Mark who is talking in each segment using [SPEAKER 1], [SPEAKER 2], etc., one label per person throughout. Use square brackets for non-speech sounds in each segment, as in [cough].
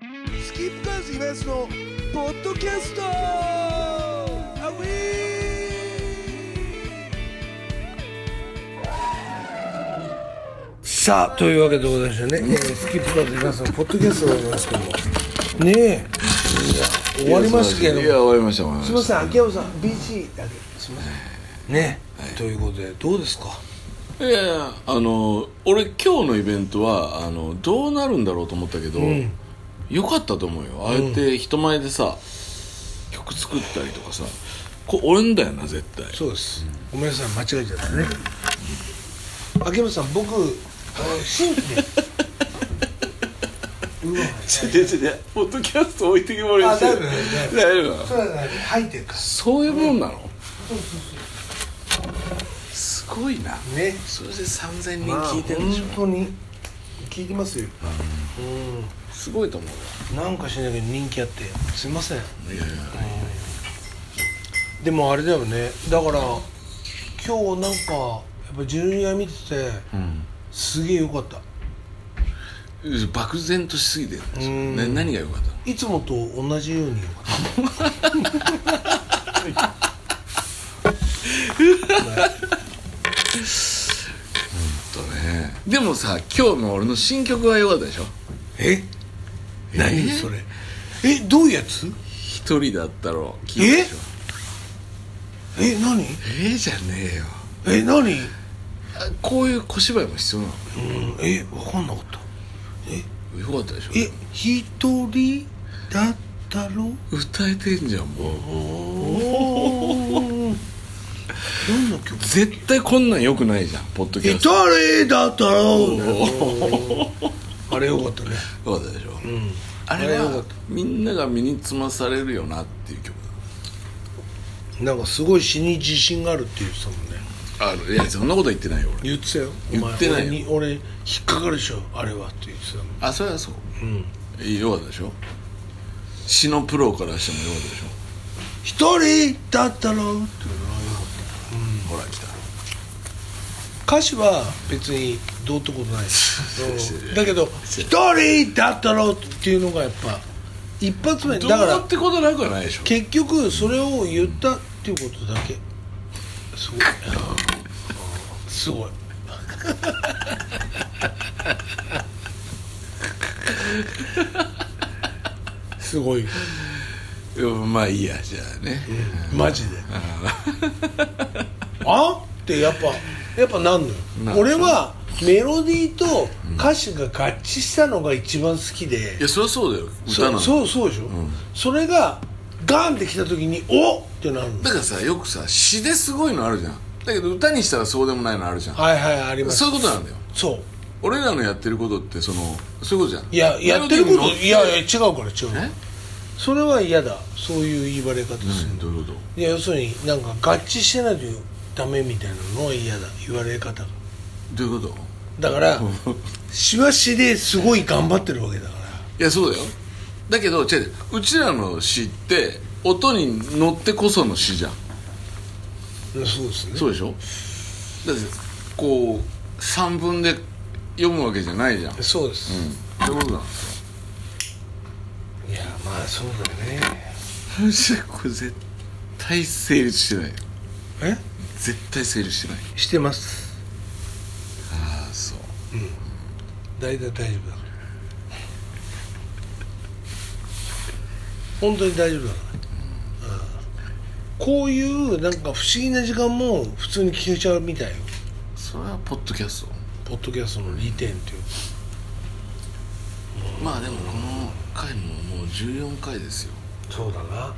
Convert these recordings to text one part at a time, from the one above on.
[SPEAKER 1] キープカーズイベントのポッドキャストアウさあというわけでございましてね、えースキップカーズイベントのポッドキャストでございますけどもねえ終わりましたけど
[SPEAKER 2] いや終わりました終わり
[SPEAKER 1] す
[SPEAKER 2] まし
[SPEAKER 1] み
[SPEAKER 2] た
[SPEAKER 1] ません秋山さん BG だけすみませんねえ、ということでどうですか
[SPEAKER 2] いやいやあの俺今日のイベントはあのどうなるんだろうと思ったけど、よかったと思うよああやって人前でさ、曲作ったりとかさこ俺んだよな絶対
[SPEAKER 1] そうです、ごめんなさい間違えちゃったね秋山さん僕あ [laughs] の新規でうわ
[SPEAKER 2] ちょちょちょポッドキャスト置いてきぼりにして
[SPEAKER 1] あ大丈夫大丈夫
[SPEAKER 2] 大丈夫
[SPEAKER 1] それは何入ってるか
[SPEAKER 2] そういうもんなの、すごいな
[SPEAKER 1] ね
[SPEAKER 2] それで3000人
[SPEAKER 1] まあ
[SPEAKER 2] 聞いてるんでしょ、
[SPEAKER 1] 本当に聞いてますよ
[SPEAKER 2] すごいと思うよ
[SPEAKER 1] なんかしないけど人気あってすいません
[SPEAKER 2] いやいや
[SPEAKER 1] でもあれだよねだから今日なんかやっぱジュニア見てて、すげえよかった
[SPEAKER 2] 漠然としすぎてるんですよ、
[SPEAKER 1] うん
[SPEAKER 2] ね、何が良かったの
[SPEAKER 1] いつもと同じようによか
[SPEAKER 2] ちょっとねでもさ今日の俺の新曲は良かったでしょ
[SPEAKER 1] え何
[SPEAKER 2] え
[SPEAKER 1] それえどういうやつ
[SPEAKER 2] 一人だったろ聞いたでしょ
[SPEAKER 1] え何
[SPEAKER 2] ええじゃねえよ
[SPEAKER 1] え何
[SPEAKER 2] あこういう小芝居も必要なの
[SPEAKER 1] うんえ分かんなかった
[SPEAKER 2] よかったでしょ
[SPEAKER 1] え一人だったろ
[SPEAKER 2] 歌えてんじゃんもう
[SPEAKER 1] おーどんな曲
[SPEAKER 2] 絶対こんなん良くないじゃんポッドキャ
[SPEAKER 1] 一
[SPEAKER 2] スト
[SPEAKER 1] 人だったろ
[SPEAKER 2] おー
[SPEAKER 1] あれよかったね
[SPEAKER 2] よかったでしょ、
[SPEAKER 1] うん
[SPEAKER 2] あれ
[SPEAKER 1] あれ良か
[SPEAKER 2] は
[SPEAKER 1] った
[SPEAKER 2] みんなが身につまされるよなっていう曲
[SPEAKER 1] なんかすごい詩に自信があるって言ってたもんね
[SPEAKER 2] だあのいやそんなこと言ってないよ俺
[SPEAKER 1] 言ってたよ
[SPEAKER 2] 言ってないよ
[SPEAKER 1] お前俺に俺引っかかるでしょあれはって言ってたもん
[SPEAKER 2] あそれはそう
[SPEAKER 1] うん
[SPEAKER 2] よかったでしょ詩のプロからしてもよかったでしょ
[SPEAKER 1] 一人だったろっていうのはよかっ
[SPEAKER 2] ほら来た
[SPEAKER 1] た歌詞は別にどうってことない
[SPEAKER 2] [laughs]
[SPEAKER 1] です
[SPEAKER 2] う
[SPEAKER 1] うんだけど一人だったろっていうのがやっぱ一発目
[SPEAKER 2] ど
[SPEAKER 1] だ
[SPEAKER 2] う
[SPEAKER 1] か
[SPEAKER 2] だ
[SPEAKER 1] ら
[SPEAKER 2] ってことなくはないでしょ
[SPEAKER 1] 結局それを言ったっていうことだけすごいすごいすごい
[SPEAKER 2] うんまあいいやじゃあね、
[SPEAKER 1] マジであってやっぱやっぱなんのよ
[SPEAKER 2] なる
[SPEAKER 1] 俺はメロディーと歌詞が合致したのが一番好きで、
[SPEAKER 2] いやそりゃそうだよ歌な
[SPEAKER 1] そ
[SPEAKER 2] の
[SPEAKER 1] うそうそうでしょ、それがガンってきた時におっってなるの
[SPEAKER 2] だからさよくさ詩ですごいのあるじゃんだけど歌にしたらそうでもないのあるじゃん
[SPEAKER 1] はいはいあります
[SPEAKER 2] そういうことなんだよ
[SPEAKER 1] そう
[SPEAKER 2] 俺らのやってることってそのそういうことじゃん
[SPEAKER 1] いややってるこ
[SPEAKER 2] メロ
[SPEAKER 1] と
[SPEAKER 2] ディー
[SPEAKER 1] い
[SPEAKER 2] に
[SPEAKER 1] や
[SPEAKER 2] 乗
[SPEAKER 1] いや違うから違うから
[SPEAKER 2] え
[SPEAKER 1] それは嫌だそういう言われ方する
[SPEAKER 2] うんどういうこ
[SPEAKER 1] いや要するになんか合致してないとダメみたいなのは嫌だ言われ方が
[SPEAKER 2] とどういうこと
[SPEAKER 1] だからしわしですごい頑張ってるわけだから
[SPEAKER 2] いやそうだよだけど違う違ううちらの詩って音に乗ってこその詩じゃん
[SPEAKER 1] そうですね
[SPEAKER 2] そうでしょだってこう3分で読むわけじゃないじゃん、うん、って
[SPEAKER 1] そうです、
[SPEAKER 2] こと
[SPEAKER 1] [laughs]
[SPEAKER 2] なんですよ
[SPEAKER 1] いやまあそうだよね
[SPEAKER 2] マジでこれ絶対成立してないよ
[SPEAKER 1] え
[SPEAKER 2] 絶対成立してない
[SPEAKER 1] してます
[SPEAKER 2] ああそう
[SPEAKER 1] 大体大丈夫だから本当に大丈夫だから、うん、こういうなんか不思議な時間も普通に聞けちゃうみたいよ
[SPEAKER 2] それはポッドキャスト
[SPEAKER 1] ポッドキャストの利点っていう
[SPEAKER 2] まあでもこの回ももう14回ですよ
[SPEAKER 1] そうだな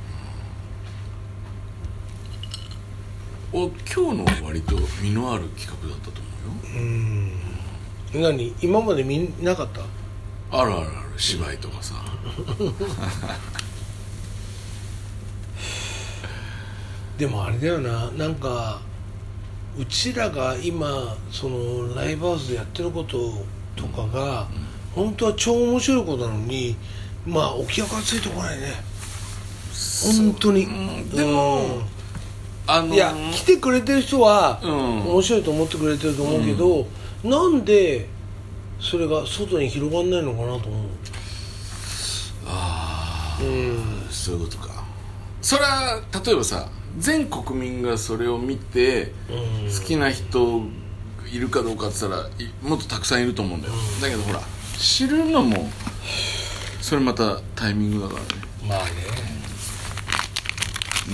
[SPEAKER 2] お今日のは割と身のある企画だったと思うよ
[SPEAKER 1] 何今まで見なかった
[SPEAKER 2] あるあるある芝居とかさ
[SPEAKER 1] でもあれだよななんかうちらが今そのライブハウスでやってることとかが、本当は超面白いことなのにまあお客がついてこないね本当に、
[SPEAKER 2] うんでもあ
[SPEAKER 1] うん
[SPEAKER 2] のー
[SPEAKER 1] いや来てくれてる人は、
[SPEAKER 2] うん
[SPEAKER 1] 面白いと思ってくれてると思うけど、なんでそれが外に広がんないのかなと思う
[SPEAKER 2] あ
[SPEAKER 1] うん
[SPEAKER 2] そういうことかそれは例えばさ全国民がそれを見て
[SPEAKER 1] うん
[SPEAKER 2] 好きな人いるかどうかって言ったらいもっとたくさんいると思うんだよだけどほら知るのもそれまたタイミングだからね
[SPEAKER 1] まあね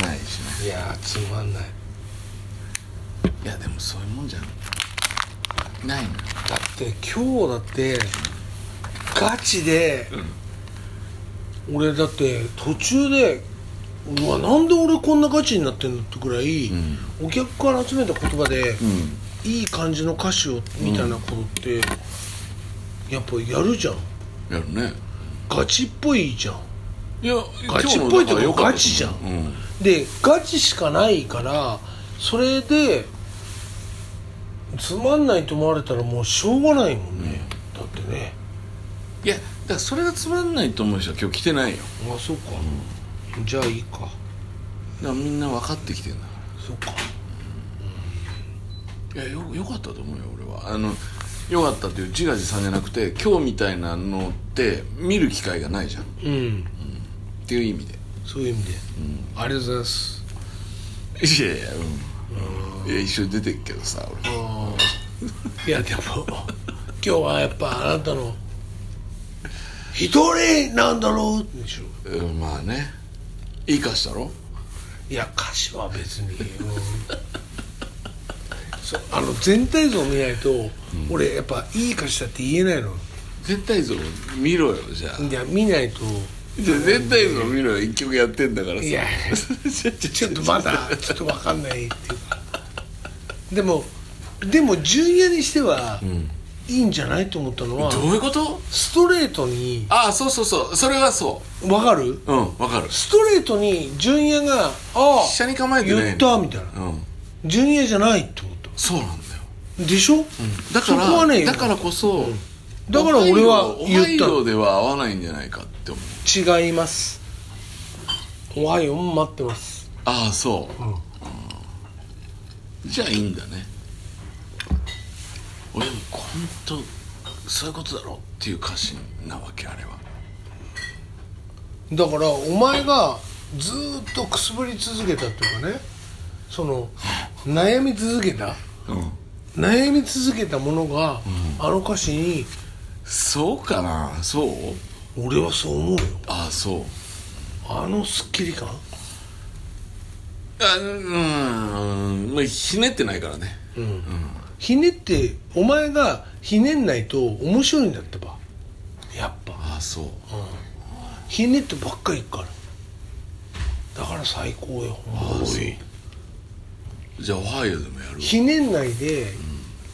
[SPEAKER 2] ないしね
[SPEAKER 1] いやーつまんない
[SPEAKER 2] いやでもそういうもんじゃんないのよ
[SPEAKER 1] だって今日だってガチで、俺だって途中でうわなんで俺こんなガチになってんのってぐらい、
[SPEAKER 2] ん
[SPEAKER 1] お客から集めた言葉で、
[SPEAKER 2] うん
[SPEAKER 1] いい感じの歌詞をみたいなことって、やっぱやるじゃん
[SPEAKER 2] やるね
[SPEAKER 1] ガチっぽいじゃん
[SPEAKER 2] いや
[SPEAKER 1] ガチっぽいとか
[SPEAKER 2] 今日のだら良った
[SPEAKER 1] ガチじゃん
[SPEAKER 2] うん
[SPEAKER 1] でガチしかないからそれでつまんないと思われたらもうしょうがないもんね、だってね
[SPEAKER 2] いやだからそれがつまんないと思う人は今日来てないよ
[SPEAKER 1] あそうか、じゃあいいか
[SPEAKER 2] だからみんな分かってきてんだか
[SPEAKER 1] そうから
[SPEAKER 2] いやよよかったと思うよ俺はあのよかったっていう自画自賛じゃなくて今日みたいなのって見る機会がないじゃんっ
[SPEAKER 1] うん
[SPEAKER 2] ていう意味で
[SPEAKER 1] そういう意味で、ありがとうございます
[SPEAKER 2] いやいやうんいや一緒に出てっけどさ俺
[SPEAKER 1] あーいやでも [laughs] 今日はやっぱあなたの一人なんだろうでしょ
[SPEAKER 2] うんまあねいい歌詞だろ
[SPEAKER 1] いや歌詞は別に、うんそうあの全体像を見ないと、俺やっぱいい歌詞だって言えないの
[SPEAKER 2] 絶対像見ろよじゃあ
[SPEAKER 1] いや見ないと
[SPEAKER 2] じゃあ絶対像見ろよ一曲やってんだからさ
[SPEAKER 1] いや
[SPEAKER 2] ちょちょ
[SPEAKER 1] ち
[SPEAKER 2] ち
[SPEAKER 1] ょ
[SPEAKER 2] ょ
[SPEAKER 1] っとまだちょっと分かんないっていうかでもでも純也にしては、いいんじゃないと思ったのは
[SPEAKER 2] [laughs] どういうこと
[SPEAKER 1] ストレートに
[SPEAKER 2] ああそうそうそうそれはそ
[SPEAKER 1] 分かる
[SPEAKER 2] ううん分かる
[SPEAKER 1] ストレートに純也が「あ
[SPEAKER 2] 飛車
[SPEAKER 1] あ
[SPEAKER 2] に構えてない
[SPEAKER 1] 言った」みたいな
[SPEAKER 2] うん
[SPEAKER 1] 純也じゃないって思った
[SPEAKER 2] そうなんだよ
[SPEAKER 1] でしょ、
[SPEAKER 2] だから
[SPEAKER 1] そこはね
[SPEAKER 2] だからこそ、
[SPEAKER 1] だから俺は
[SPEAKER 2] オハイ
[SPEAKER 1] 言っ
[SPEAKER 2] オオ
[SPEAKER 1] た
[SPEAKER 2] ハイ
[SPEAKER 1] の
[SPEAKER 2] オでは合わないんじゃないかって思う
[SPEAKER 1] 違いますおはよう待ってます
[SPEAKER 2] ああそう、
[SPEAKER 1] ん
[SPEAKER 2] うんじゃあいいんだね俺も本当そういうことだろっていう歌詞なわけあれは
[SPEAKER 1] だからお前がずーっとくすぶり続けたっていうかねその悩み続けた
[SPEAKER 2] うん
[SPEAKER 1] 悩み続けたものが、あの歌詞に
[SPEAKER 2] そうかなそう
[SPEAKER 1] 俺はそう思うよ
[SPEAKER 2] ああそう
[SPEAKER 1] あのスッキリ感
[SPEAKER 2] あうん、うんまあ、ひねってないからね
[SPEAKER 1] ひねってお前がひねんないと面白いんだってばやっぱ
[SPEAKER 2] ああそう
[SPEAKER 1] ひねってばっかりいくからだから最高よほんとに
[SPEAKER 2] じゃあオハイオでもやるわ
[SPEAKER 1] ひねんないで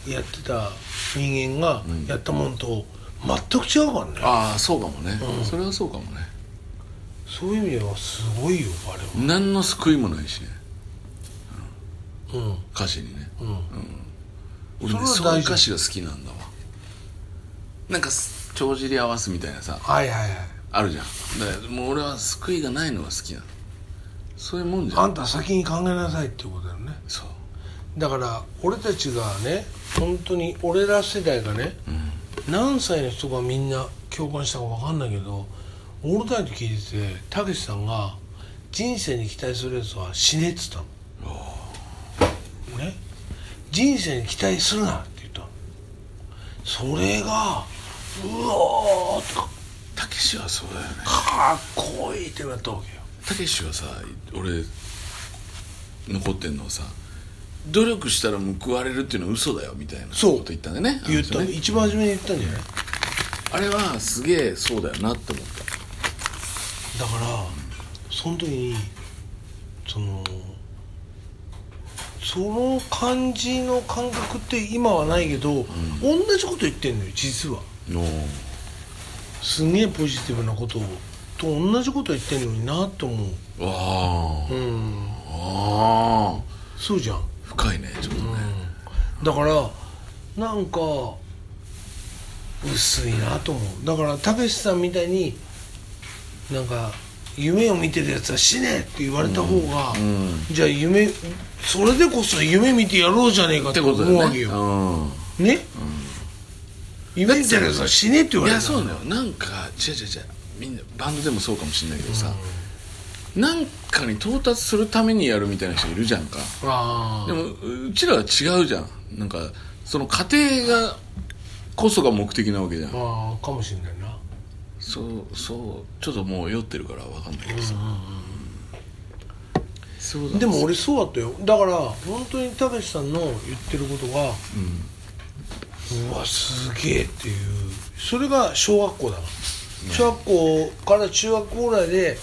[SPEAKER 1] やってた人間がやったもんと全く違うからね、
[SPEAKER 2] ああそうかもね、それはそうかもね
[SPEAKER 1] そういう意味ではすごいよあれは
[SPEAKER 2] 何の救いもないしね
[SPEAKER 1] うん
[SPEAKER 2] 歌詞にね、うん
[SPEAKER 1] それ
[SPEAKER 2] 俺
[SPEAKER 1] は
[SPEAKER 2] ね
[SPEAKER 1] 大事
[SPEAKER 2] そういう歌詞が好きなんだわなんかす帳尻合わすみたいなさ
[SPEAKER 1] はいはいはい
[SPEAKER 2] あるじゃんだからもう俺は救いがないのが好きなのそういうもんじゃ
[SPEAKER 1] あ
[SPEAKER 2] ん
[SPEAKER 1] んた先に考えなさいっていうことだよね
[SPEAKER 2] そう
[SPEAKER 1] だから俺たちがね本当に俺ら世代がね、何歳の人がみんな共感したか分かんないけど俺たち聞いててたけしさんが人生に期待するやつは死ねっつったのね人生に期待するなって言ったのそれがうわーっと
[SPEAKER 2] たけしはそうだよね
[SPEAKER 1] かっこいいってなったわけよ
[SPEAKER 2] たけしはさ俺残ってんのはさ努力したら報われるっていうのは嘘だよみたいなこ
[SPEAKER 1] そう
[SPEAKER 2] と言ったんでね
[SPEAKER 1] 言った
[SPEAKER 2] あ
[SPEAKER 1] の
[SPEAKER 2] の人ね
[SPEAKER 1] 一番初めに言ったんじゃない
[SPEAKER 2] あれはすげえそうだよなって思った
[SPEAKER 1] だからその時にそのその感じの感覚って今はないけど、同じこと言ってんのよ実は
[SPEAKER 2] おー
[SPEAKER 1] すんげえポジティブなことをと同じこと言ってんのになと思
[SPEAKER 2] あー
[SPEAKER 1] ううん
[SPEAKER 2] あー
[SPEAKER 1] そうじゃん
[SPEAKER 2] 深いねちょっとね、
[SPEAKER 1] だからなんか薄いなと思うだからたけしさんみたいになんか夢を見てるやつは死ねって言われた方が、
[SPEAKER 2] うん
[SPEAKER 1] じゃあ夢それでこそ夢見てやろうじゃねえか
[SPEAKER 2] っ
[SPEAKER 1] って
[SPEAKER 2] てこ
[SPEAKER 1] 思
[SPEAKER 2] とだ
[SPEAKER 1] う
[SPEAKER 2] よね
[SPEAKER 1] わけよ
[SPEAKER 2] う
[SPEAKER 1] ね夢見てるやつは死ねって言
[SPEAKER 2] ん、
[SPEAKER 1] わ
[SPEAKER 2] い
[SPEAKER 1] れた
[SPEAKER 2] やそうだよなんか違う違う違うみんなバンドでもそうかもしれないけどさ、なんかに到達するためにやるみたいな人いるじゃんか
[SPEAKER 1] あ
[SPEAKER 2] でもうちらは違うじゃんなんかその過程がこそが目的なわけじゃん
[SPEAKER 1] ああかもしれないな
[SPEAKER 2] そうそうちょっともう酔ってるから分かんないけどさ、そうだ
[SPEAKER 1] でも俺そうだったよだから本当にたけしさんの言ってることが、うわすげえっていうそれが小学校だな、小学校から中学校ぐらいで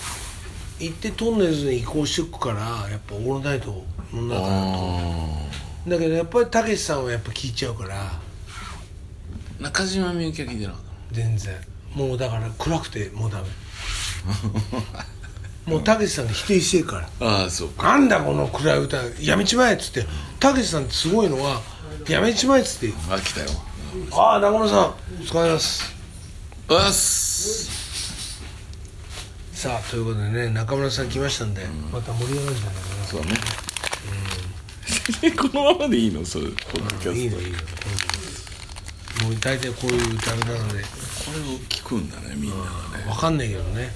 [SPEAKER 1] 行ってトンネルズに移行していくからやっぱオールナイトの中だと
[SPEAKER 2] あ
[SPEAKER 1] だけどやっぱりたけしさんはやっぱ聞いちゃうから
[SPEAKER 2] ー中島みゆきは聞いてなかっ
[SPEAKER 1] 全然もうだから暗くてもうダメもうたけしさんが否定してるから
[SPEAKER 2] たああそうか
[SPEAKER 1] なんだこの暗い歌やめちまえっつってたけしさんってすごいのはやめちまえっつって
[SPEAKER 2] あ来たよ
[SPEAKER 1] ああ中野さん使います
[SPEAKER 2] うっす
[SPEAKER 1] さあということでね中村さん来ましたんで、また盛り上がるんじゃないか
[SPEAKER 2] そうだね [laughs] このままでいいのそれポッドキ
[SPEAKER 1] な
[SPEAKER 2] ャ
[SPEAKER 1] いい
[SPEAKER 2] ス
[SPEAKER 1] のいいのこれもう大体こういう歌なので
[SPEAKER 2] トこれを聞くんだねみんながね
[SPEAKER 1] 分かんないけどね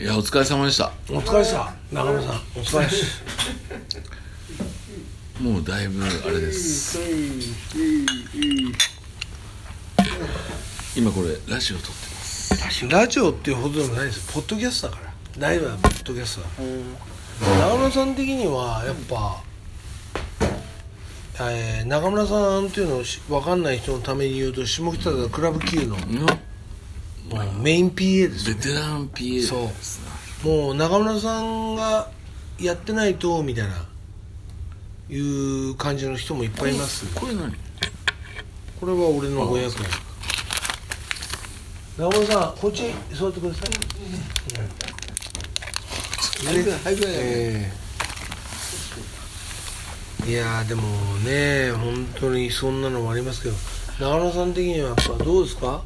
[SPEAKER 2] いやお疲れ様でした
[SPEAKER 1] お疲れさ中村さんお疲れっす
[SPEAKER 2] もうだいぶあれです今これラジオ撮ってます
[SPEAKER 1] ラジオっていうほどでもないですポッドキャストだからライブはポッドキャストだから中村さん的にはやっぱ、えー中村さんっていうのをし分かんない人のために言うと下北沢クラブ Q の
[SPEAKER 2] の
[SPEAKER 1] もうメイン PA です
[SPEAKER 2] ベテラン PA
[SPEAKER 1] そう
[SPEAKER 2] ですな
[SPEAKER 1] もう中村さんがやってないとみたいないう感じの人もいっぱいいます
[SPEAKER 2] これ何
[SPEAKER 1] これは俺の500円中村さんこっち座ってください
[SPEAKER 2] 早く早く
[SPEAKER 1] ええいやーでもね本当にそんなのもありますけど長野さん的にはやっぱどうですか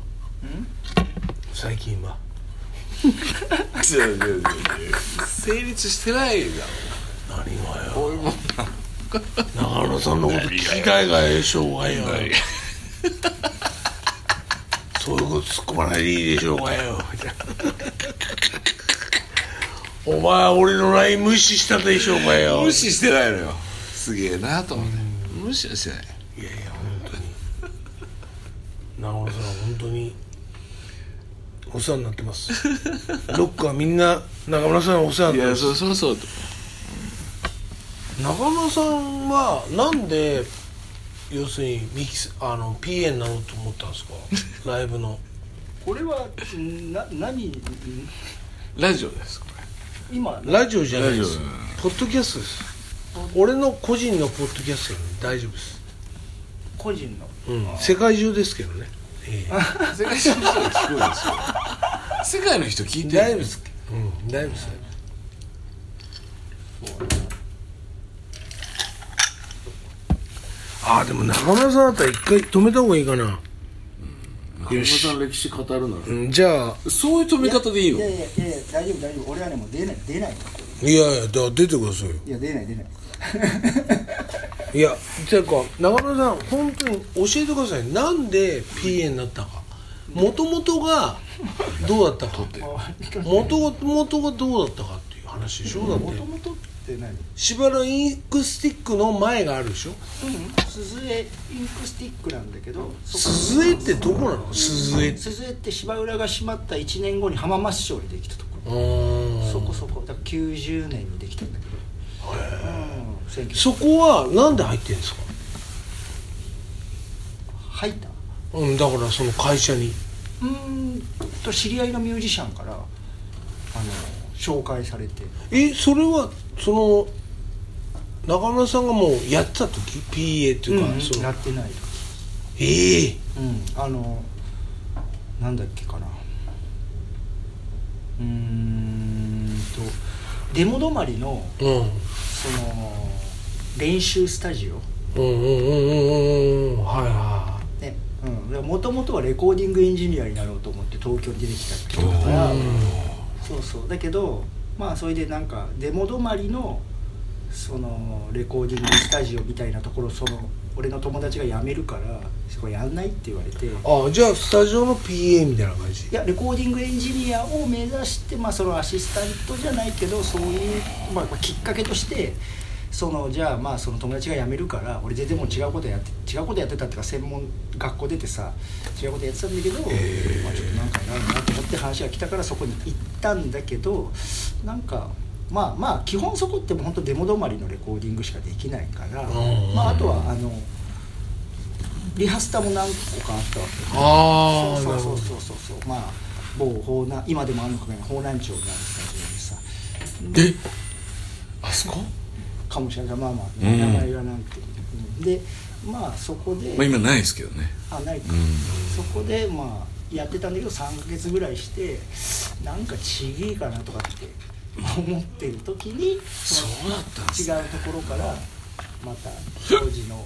[SPEAKER 1] 最近は
[SPEAKER 2] 違う違う違う成立してないだ
[SPEAKER 1] 何がよ
[SPEAKER 2] ろこういうもん
[SPEAKER 1] 長野さんのこと聞きたいがええしょうがよそういうこと突っ込まないでいいでしょうがよお前俺の LINE 無視したでしょうがよ
[SPEAKER 2] 無視してないのよすげえなと思って無視はしてない
[SPEAKER 1] いやいや本当に長野さん本当にお世話になってますロックはみんな中村さんにお世話
[SPEAKER 2] い
[SPEAKER 1] になって
[SPEAKER 2] や
[SPEAKER 1] ます
[SPEAKER 2] そそろそろと
[SPEAKER 1] 中村さんはなんで要するにミキスあの PA になろうと思ったんですかライブの
[SPEAKER 3] これはんな何ん
[SPEAKER 2] ラジオですこ
[SPEAKER 3] 今
[SPEAKER 1] ラジオじゃないで
[SPEAKER 2] ラジ
[SPEAKER 1] す
[SPEAKER 2] オだね
[SPEAKER 1] ポッドキャストです俺の個人のポッドキャストなんで大丈夫です、
[SPEAKER 3] 個人の
[SPEAKER 1] うん、世界中ですけどね、ええ
[SPEAKER 2] れ世界中の人が聞くんです [laughs] よ世界の人聞いて
[SPEAKER 1] 大丈夫
[SPEAKER 2] る
[SPEAKER 1] ですうん大丈夫ですああでも中村さんだったら一回止めた方がいいかな、
[SPEAKER 2] 中村さん歴史語るなら
[SPEAKER 1] うん、じゃあ
[SPEAKER 2] そういう止め方でいい
[SPEAKER 3] いや
[SPEAKER 2] よ
[SPEAKER 3] いやいやいや大丈夫大丈夫俺はねもう出ない出ない
[SPEAKER 1] いやいやだから出てくださいよ
[SPEAKER 3] いや出ない出ない
[SPEAKER 1] いやていうか中村さん本当に教えてくださいなんで PA になったかもともとがどうだったかってもともとがどうだったかっていう話でしょだって
[SPEAKER 3] もともとって何
[SPEAKER 1] 芝のインクスティックの前があるでしょ
[SPEAKER 3] 鈴江インクスティックなんだけど
[SPEAKER 1] 鈴江ってどこなの鈴江って
[SPEAKER 3] 鈴江って芝浦が閉まった1年後に浜松町にできたとこ
[SPEAKER 1] う
[SPEAKER 3] ろ
[SPEAKER 1] ーん
[SPEAKER 3] そこそこだから90年にできたんだけどうん選挙
[SPEAKER 1] そこはなんで入ってんですか
[SPEAKER 3] 入った
[SPEAKER 1] うんだからその会社に
[SPEAKER 3] うーんと知り合いのミュージシャンからあの紹介されて
[SPEAKER 1] えそれはその中村さんがもうやってた時 PA っていうか、そ
[SPEAKER 3] や
[SPEAKER 1] の
[SPEAKER 3] ってない
[SPEAKER 1] ええ
[SPEAKER 3] うん、あのなんだっけかなうーんとデモ止まりの
[SPEAKER 1] うん
[SPEAKER 3] その練習スタジオ
[SPEAKER 1] うんうんうんうんうんうんはいは
[SPEAKER 3] ねもともとはレコーディングエンジニアになろうと思って東京に出てきた人だからそうそうだけどまあそれでなんかデモ止まりのそのレコーディングスタジオみたいなところその俺の友達が辞めるからこれやんないって言われてい
[SPEAKER 1] あじゃあスタジオの PA みたいな感じ
[SPEAKER 3] やレコーディングエンジニアを目指して、まあ、そのアシスタントじゃないけどそういう、まあ、きっかけとしてそのじゃあまあその友達が辞めるから俺全然もう違うことやって違うことやってたっていうか専門学校出てさ違うことやってたんだけど、まあ、ちょっとなんかやるなと思って話が来たからそこに行ったんだけどなんか。まあまあ基本そこってもう本当デモ止まりのレコーディングしかできないから、
[SPEAKER 1] うん
[SPEAKER 3] まあ、あとはあのリハスタも何個かあったわけ
[SPEAKER 1] ああ
[SPEAKER 3] そ
[SPEAKER 1] な
[SPEAKER 3] う
[SPEAKER 1] る
[SPEAKER 3] そ
[SPEAKER 1] ほ
[SPEAKER 3] う
[SPEAKER 1] ど
[SPEAKER 3] そうそうそうまあ某法南今でもあるのかな法南町があるスタジオでさ
[SPEAKER 2] えあそこ、
[SPEAKER 3] かもしれないまあまあ、
[SPEAKER 2] うん
[SPEAKER 3] 名前がなんてうんでまあそこで、
[SPEAKER 2] まあ、今ないですけどね
[SPEAKER 3] あないか、
[SPEAKER 2] うん
[SPEAKER 3] そこでまあやってたんだけど3ヶ月ぐらいしてなんかちげえかなとかって思ってる時にその
[SPEAKER 2] そうだったんです
[SPEAKER 3] 違うところからまた当時の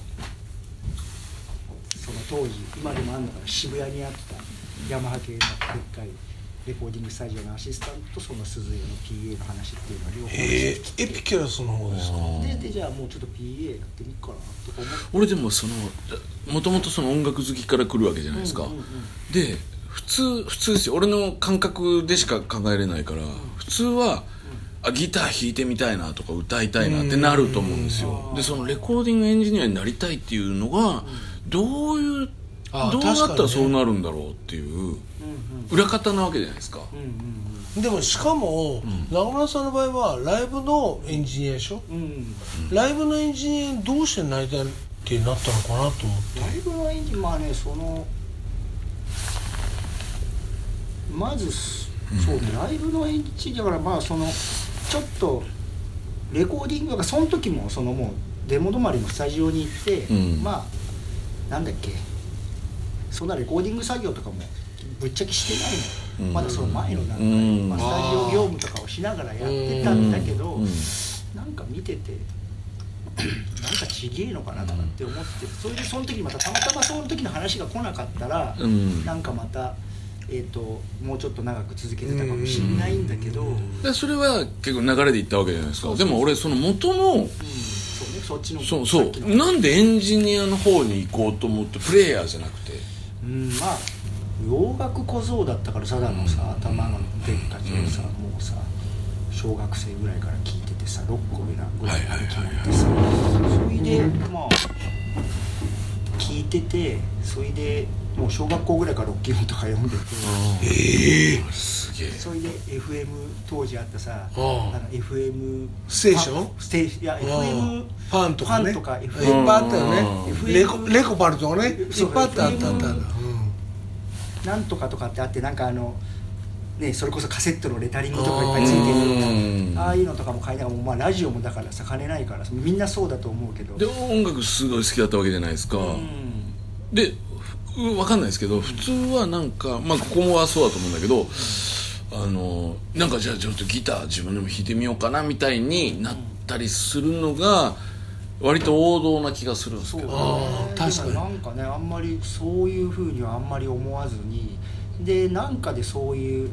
[SPEAKER 3] その当時今でもあるのかな渋谷にあったヤマハ系のでっかいレコーディングスタジオのアシスタントとその鈴江の PA の話っていうのを両方
[SPEAKER 1] え
[SPEAKER 3] して
[SPEAKER 1] ー、エピキュラスの方ですか
[SPEAKER 3] ででじゃあもうちょっと PA やってみっかなとか思って
[SPEAKER 2] 俺でもそのもともとその音楽好きから来るわけじゃないですか、
[SPEAKER 3] うんうんうん
[SPEAKER 2] で普通普通ですよ俺の感覚でしか考えれないから、普通は、あギター弾いてみたいなとか歌いたいなってなると思うんですよでそのレコーディングエンジニアになりたいっていうのが、どういう
[SPEAKER 1] あ
[SPEAKER 2] どうな
[SPEAKER 1] 確か
[SPEAKER 2] った
[SPEAKER 1] に
[SPEAKER 2] ら
[SPEAKER 1] ね
[SPEAKER 2] そうなるんだろうっていう
[SPEAKER 3] うんうん
[SPEAKER 2] 裏方なわけじゃないですか、
[SPEAKER 3] うんうんうん
[SPEAKER 1] でもしかも、中村さんの場合はライブのエンジニアでしょ、
[SPEAKER 3] うん、
[SPEAKER 1] ライブのエンジニアにどうしてなりたいってなったのかなと思って
[SPEAKER 3] ライブの演技まあねそのまずすそうね、ライブの演技だからまあそのちょっとレコーディングがその時もそのもうデモ止まりのスタジオに行って、
[SPEAKER 2] うん
[SPEAKER 3] まあなんだっけそんなレコーディング作業とかもぶっちゃけしてないの、
[SPEAKER 2] うん
[SPEAKER 3] まだその前の段階、
[SPEAKER 2] うん
[SPEAKER 3] まあ、スタジオ業務とかをしながらやってたんだけど、
[SPEAKER 2] うんうん
[SPEAKER 3] なんか見ててなんかちげえのかなとかって思ってそれでその時にまたたまたまその時の話が来なかったら、
[SPEAKER 2] うん
[SPEAKER 3] なんかまた、えー、ともうちょっと長く続けてたかもしれないんだけど、うん
[SPEAKER 2] でそれは結構流れでいったわけじゃないですかでも俺その元の
[SPEAKER 3] そうねそっちの
[SPEAKER 2] そうそ
[SPEAKER 3] さっきの
[SPEAKER 2] うなんでエンジニアの方に行こうと思ってプレイヤーじゃなくて
[SPEAKER 3] うんまあ洋楽小僧だったからさだのさ頭のでっかちをさ、もうさ小学生ぐらいから聞いててさ6個上なぐらいから聞いてさそれでまあ聞いててそれでもう小学校ぐらいからロッキー本とか読んでて。
[SPEAKER 2] すげえ
[SPEAKER 3] それで FM 当時あったさあ
[SPEAKER 1] うん
[SPEAKER 3] の FM
[SPEAKER 1] ステーション
[SPEAKER 3] あステーシいや
[SPEAKER 1] うん
[SPEAKER 3] FM
[SPEAKER 1] ファンとかね
[SPEAKER 3] ファンとか
[SPEAKER 1] いっ
[SPEAKER 3] FM
[SPEAKER 1] ぱいあったよね
[SPEAKER 3] うん
[SPEAKER 1] レコレコパルとかねいっ
[SPEAKER 3] そう
[SPEAKER 1] ぱいあったあったあ
[SPEAKER 3] FM
[SPEAKER 1] ったあった
[SPEAKER 3] なんとかとかってあってなんかあのねそれこそカセットのレタリングとかいっぱいついて
[SPEAKER 2] う
[SPEAKER 3] る
[SPEAKER 2] ん
[SPEAKER 3] ああいうのとかも買いながらもうまあラジオもだからさ金ないからみんなそうだと思うけど
[SPEAKER 2] で音楽すごい好きだったわけじゃないですか、
[SPEAKER 3] うん
[SPEAKER 2] でふわかんないですけど普通はなんかまあここもはそうだと思うんだけどあのなんかじゃあちょっとギター自分でも弾いてみようかなみたいになったりするのが割と王道な気がするんです
[SPEAKER 3] そ
[SPEAKER 2] け
[SPEAKER 3] う
[SPEAKER 2] ど
[SPEAKER 1] あー確かに
[SPEAKER 3] だらなんかねあんまりそういうふうにはあんまり思わずにでなんかでそういう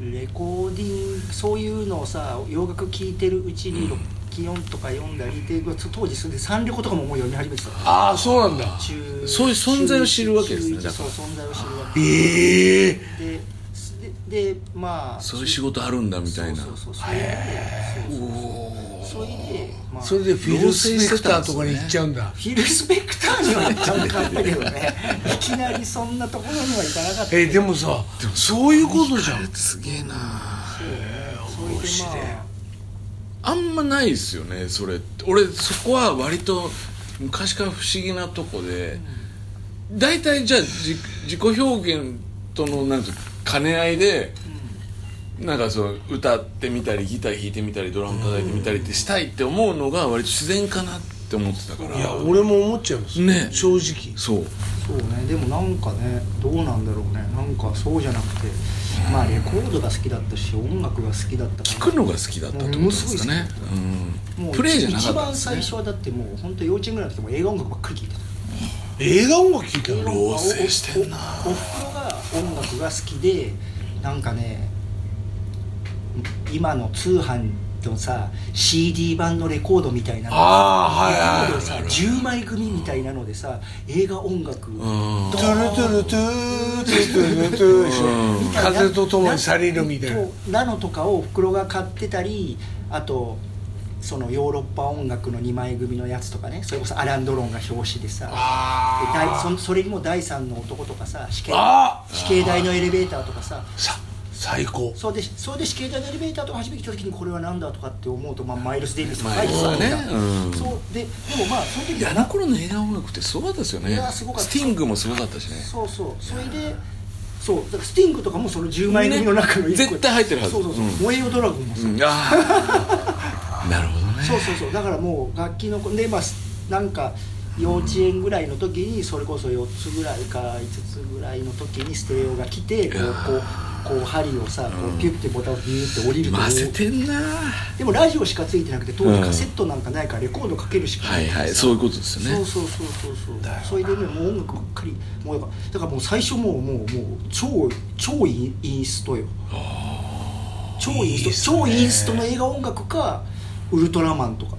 [SPEAKER 3] レコーディングそういうのをさ洋楽聴いてるうちにロッキオンとか読んだりで当時それで三旅行とかももう読み始めてた
[SPEAKER 1] ああそうなんだ
[SPEAKER 3] 中
[SPEAKER 2] そういう存在を知るわけですね
[SPEAKER 3] 中一
[SPEAKER 2] だか
[SPEAKER 3] そう
[SPEAKER 2] ら
[SPEAKER 3] 存在を知るわ
[SPEAKER 1] ええ
[SPEAKER 3] けでですででまあ
[SPEAKER 2] そういう仕事あるんだみたいな
[SPEAKER 3] そうそうそうそういうそうそうそうそれでまあ
[SPEAKER 1] それでフィル・スペクターとかに行っちゃうんだ
[SPEAKER 3] フィル・スペクターには行かなかったけどねいきなりそんなところには行かなかった
[SPEAKER 1] えーでもさそういうことじゃん
[SPEAKER 2] すげえな
[SPEAKER 3] それでまあ
[SPEAKER 2] あんまないですよねそれって俺そこは割と昔から不思議なとこで大体じゃあじ自己表現とのなんか兼ね合いで、なんかそう歌ってみたりギター弾いてみたりドラム叩いてみたりってしたいって思うのが割と自然かなって思ってたから
[SPEAKER 1] いや俺も思っちゃいます
[SPEAKER 2] ね
[SPEAKER 1] 正直
[SPEAKER 2] そう
[SPEAKER 3] そうねでもなんかねどうなんだろうねなんかそうじゃなくてまあレコードが好きだったし音楽が好きだったから
[SPEAKER 2] 聴くのが好きだったってことなんですかね、うん、プレイじゃなかったんですね
[SPEAKER 3] 一番最初はだってもう本当幼稚園ぐらいの時も映画音楽ばっかり聴いてた
[SPEAKER 1] 映画音楽聴いたの
[SPEAKER 2] 老成してんな
[SPEAKER 3] おおおふくろが音楽が好きでなんかね今の通販のさ CD 版のレコードみたいなの
[SPEAKER 2] ああはいはい
[SPEAKER 3] レコードさ10枚組みたいなのでさ映画音楽
[SPEAKER 2] ん
[SPEAKER 1] ト
[SPEAKER 3] ド
[SPEAKER 1] ゥ
[SPEAKER 3] ー
[SPEAKER 1] ル
[SPEAKER 3] ン
[SPEAKER 1] トゥルトゥートゥルトゥルトゥーでしょ
[SPEAKER 2] うん
[SPEAKER 3] みたいな
[SPEAKER 1] 風とともに去りるみたいな
[SPEAKER 3] となのとかを袋が買ってたりあとそのヨーロッパ音楽の2枚組のやつとかねそれこそアラン・ドロンが表紙でさで第そそれにも第三の男とかさ死刑
[SPEAKER 1] あ
[SPEAKER 3] 死刑台のエレベーターとかさ
[SPEAKER 1] さ最高
[SPEAKER 3] そうでそれで死刑台のエレベーターとか初めて来た時にこれは何だとかって思うと、まあ、マイルス・デイビスも書いて
[SPEAKER 2] マイ
[SPEAKER 3] さ、
[SPEAKER 2] ルスはねうん
[SPEAKER 3] そうででもまあその時
[SPEAKER 2] いやあの頃の映画音楽ってすごかったですよね
[SPEAKER 3] いやすごかった
[SPEAKER 2] スティングもすごかったしね
[SPEAKER 3] そうそうそれでそうだからスティングとかもその10枚組の中の一個、
[SPEAKER 2] ね絶対入ってるはず
[SPEAKER 3] そうそうそう、
[SPEAKER 2] うん
[SPEAKER 3] 燃えよドラゴンもそう、
[SPEAKER 2] うんああ [laughs] なるほどね
[SPEAKER 3] そうそうそうだからもう楽器のでまあすなんか幼稚園ぐらいの時にそれこそ4つぐらいか5つぐらいの時にステレオが来てこう
[SPEAKER 2] いや
[SPEAKER 3] こうこう針をさこうピュッてボタンをビューって降りると
[SPEAKER 2] 混ぜてんな
[SPEAKER 3] でもラジオしかついてなくて当時
[SPEAKER 2] うん
[SPEAKER 3] カセットなんかないからレコードかけるしかな
[SPEAKER 2] はいい
[SPEAKER 3] からさ
[SPEAKER 2] はいそういうことですよね
[SPEAKER 3] そうそうそうそうそう
[SPEAKER 1] だよな
[SPEAKER 3] それでねもう音楽ばっかりもうだからだからもう最初もうもうもう超超インインストよ超イン
[SPEAKER 1] いいっ
[SPEAKER 3] ス
[SPEAKER 1] す
[SPEAKER 3] ト
[SPEAKER 1] ね
[SPEAKER 3] 超インストの映画音楽かウルトラマンとか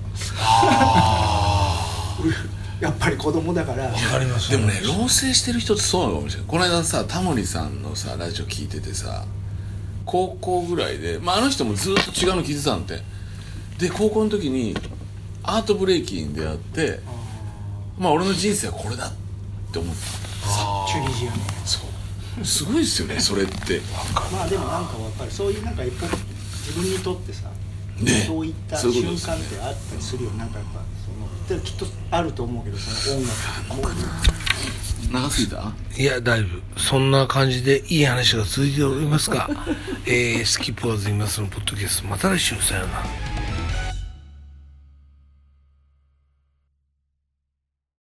[SPEAKER 3] [laughs] やっぱり子供だから
[SPEAKER 1] わかります
[SPEAKER 2] でもね老成してる人ってそうなのかもしれないこの間さタモリさんのさラジオ聞いててさ高校ぐらいで、まあ、あの人もずっと違うの聞いてたんでで高校の時にアートブレイキンに出会ってまあ俺の人生はこれだって思った
[SPEAKER 3] チュニジアの
[SPEAKER 2] そうすごいですよねそれって
[SPEAKER 3] まあでもなんかやっぱりそういうなんか一歩自分にとってさ、
[SPEAKER 2] ね
[SPEAKER 3] そういった
[SPEAKER 2] そう
[SPEAKER 3] 瞬
[SPEAKER 2] いうことですね
[SPEAKER 3] 間ってあったりするよなんかやっぱそのできっとあると思うけどその音楽って
[SPEAKER 2] 長すぎた
[SPEAKER 1] いや、だいぶ、そんな感じでいい話が続いておりますが、えー、スキップはずみますのポッドキャスト、また来週、さようなら。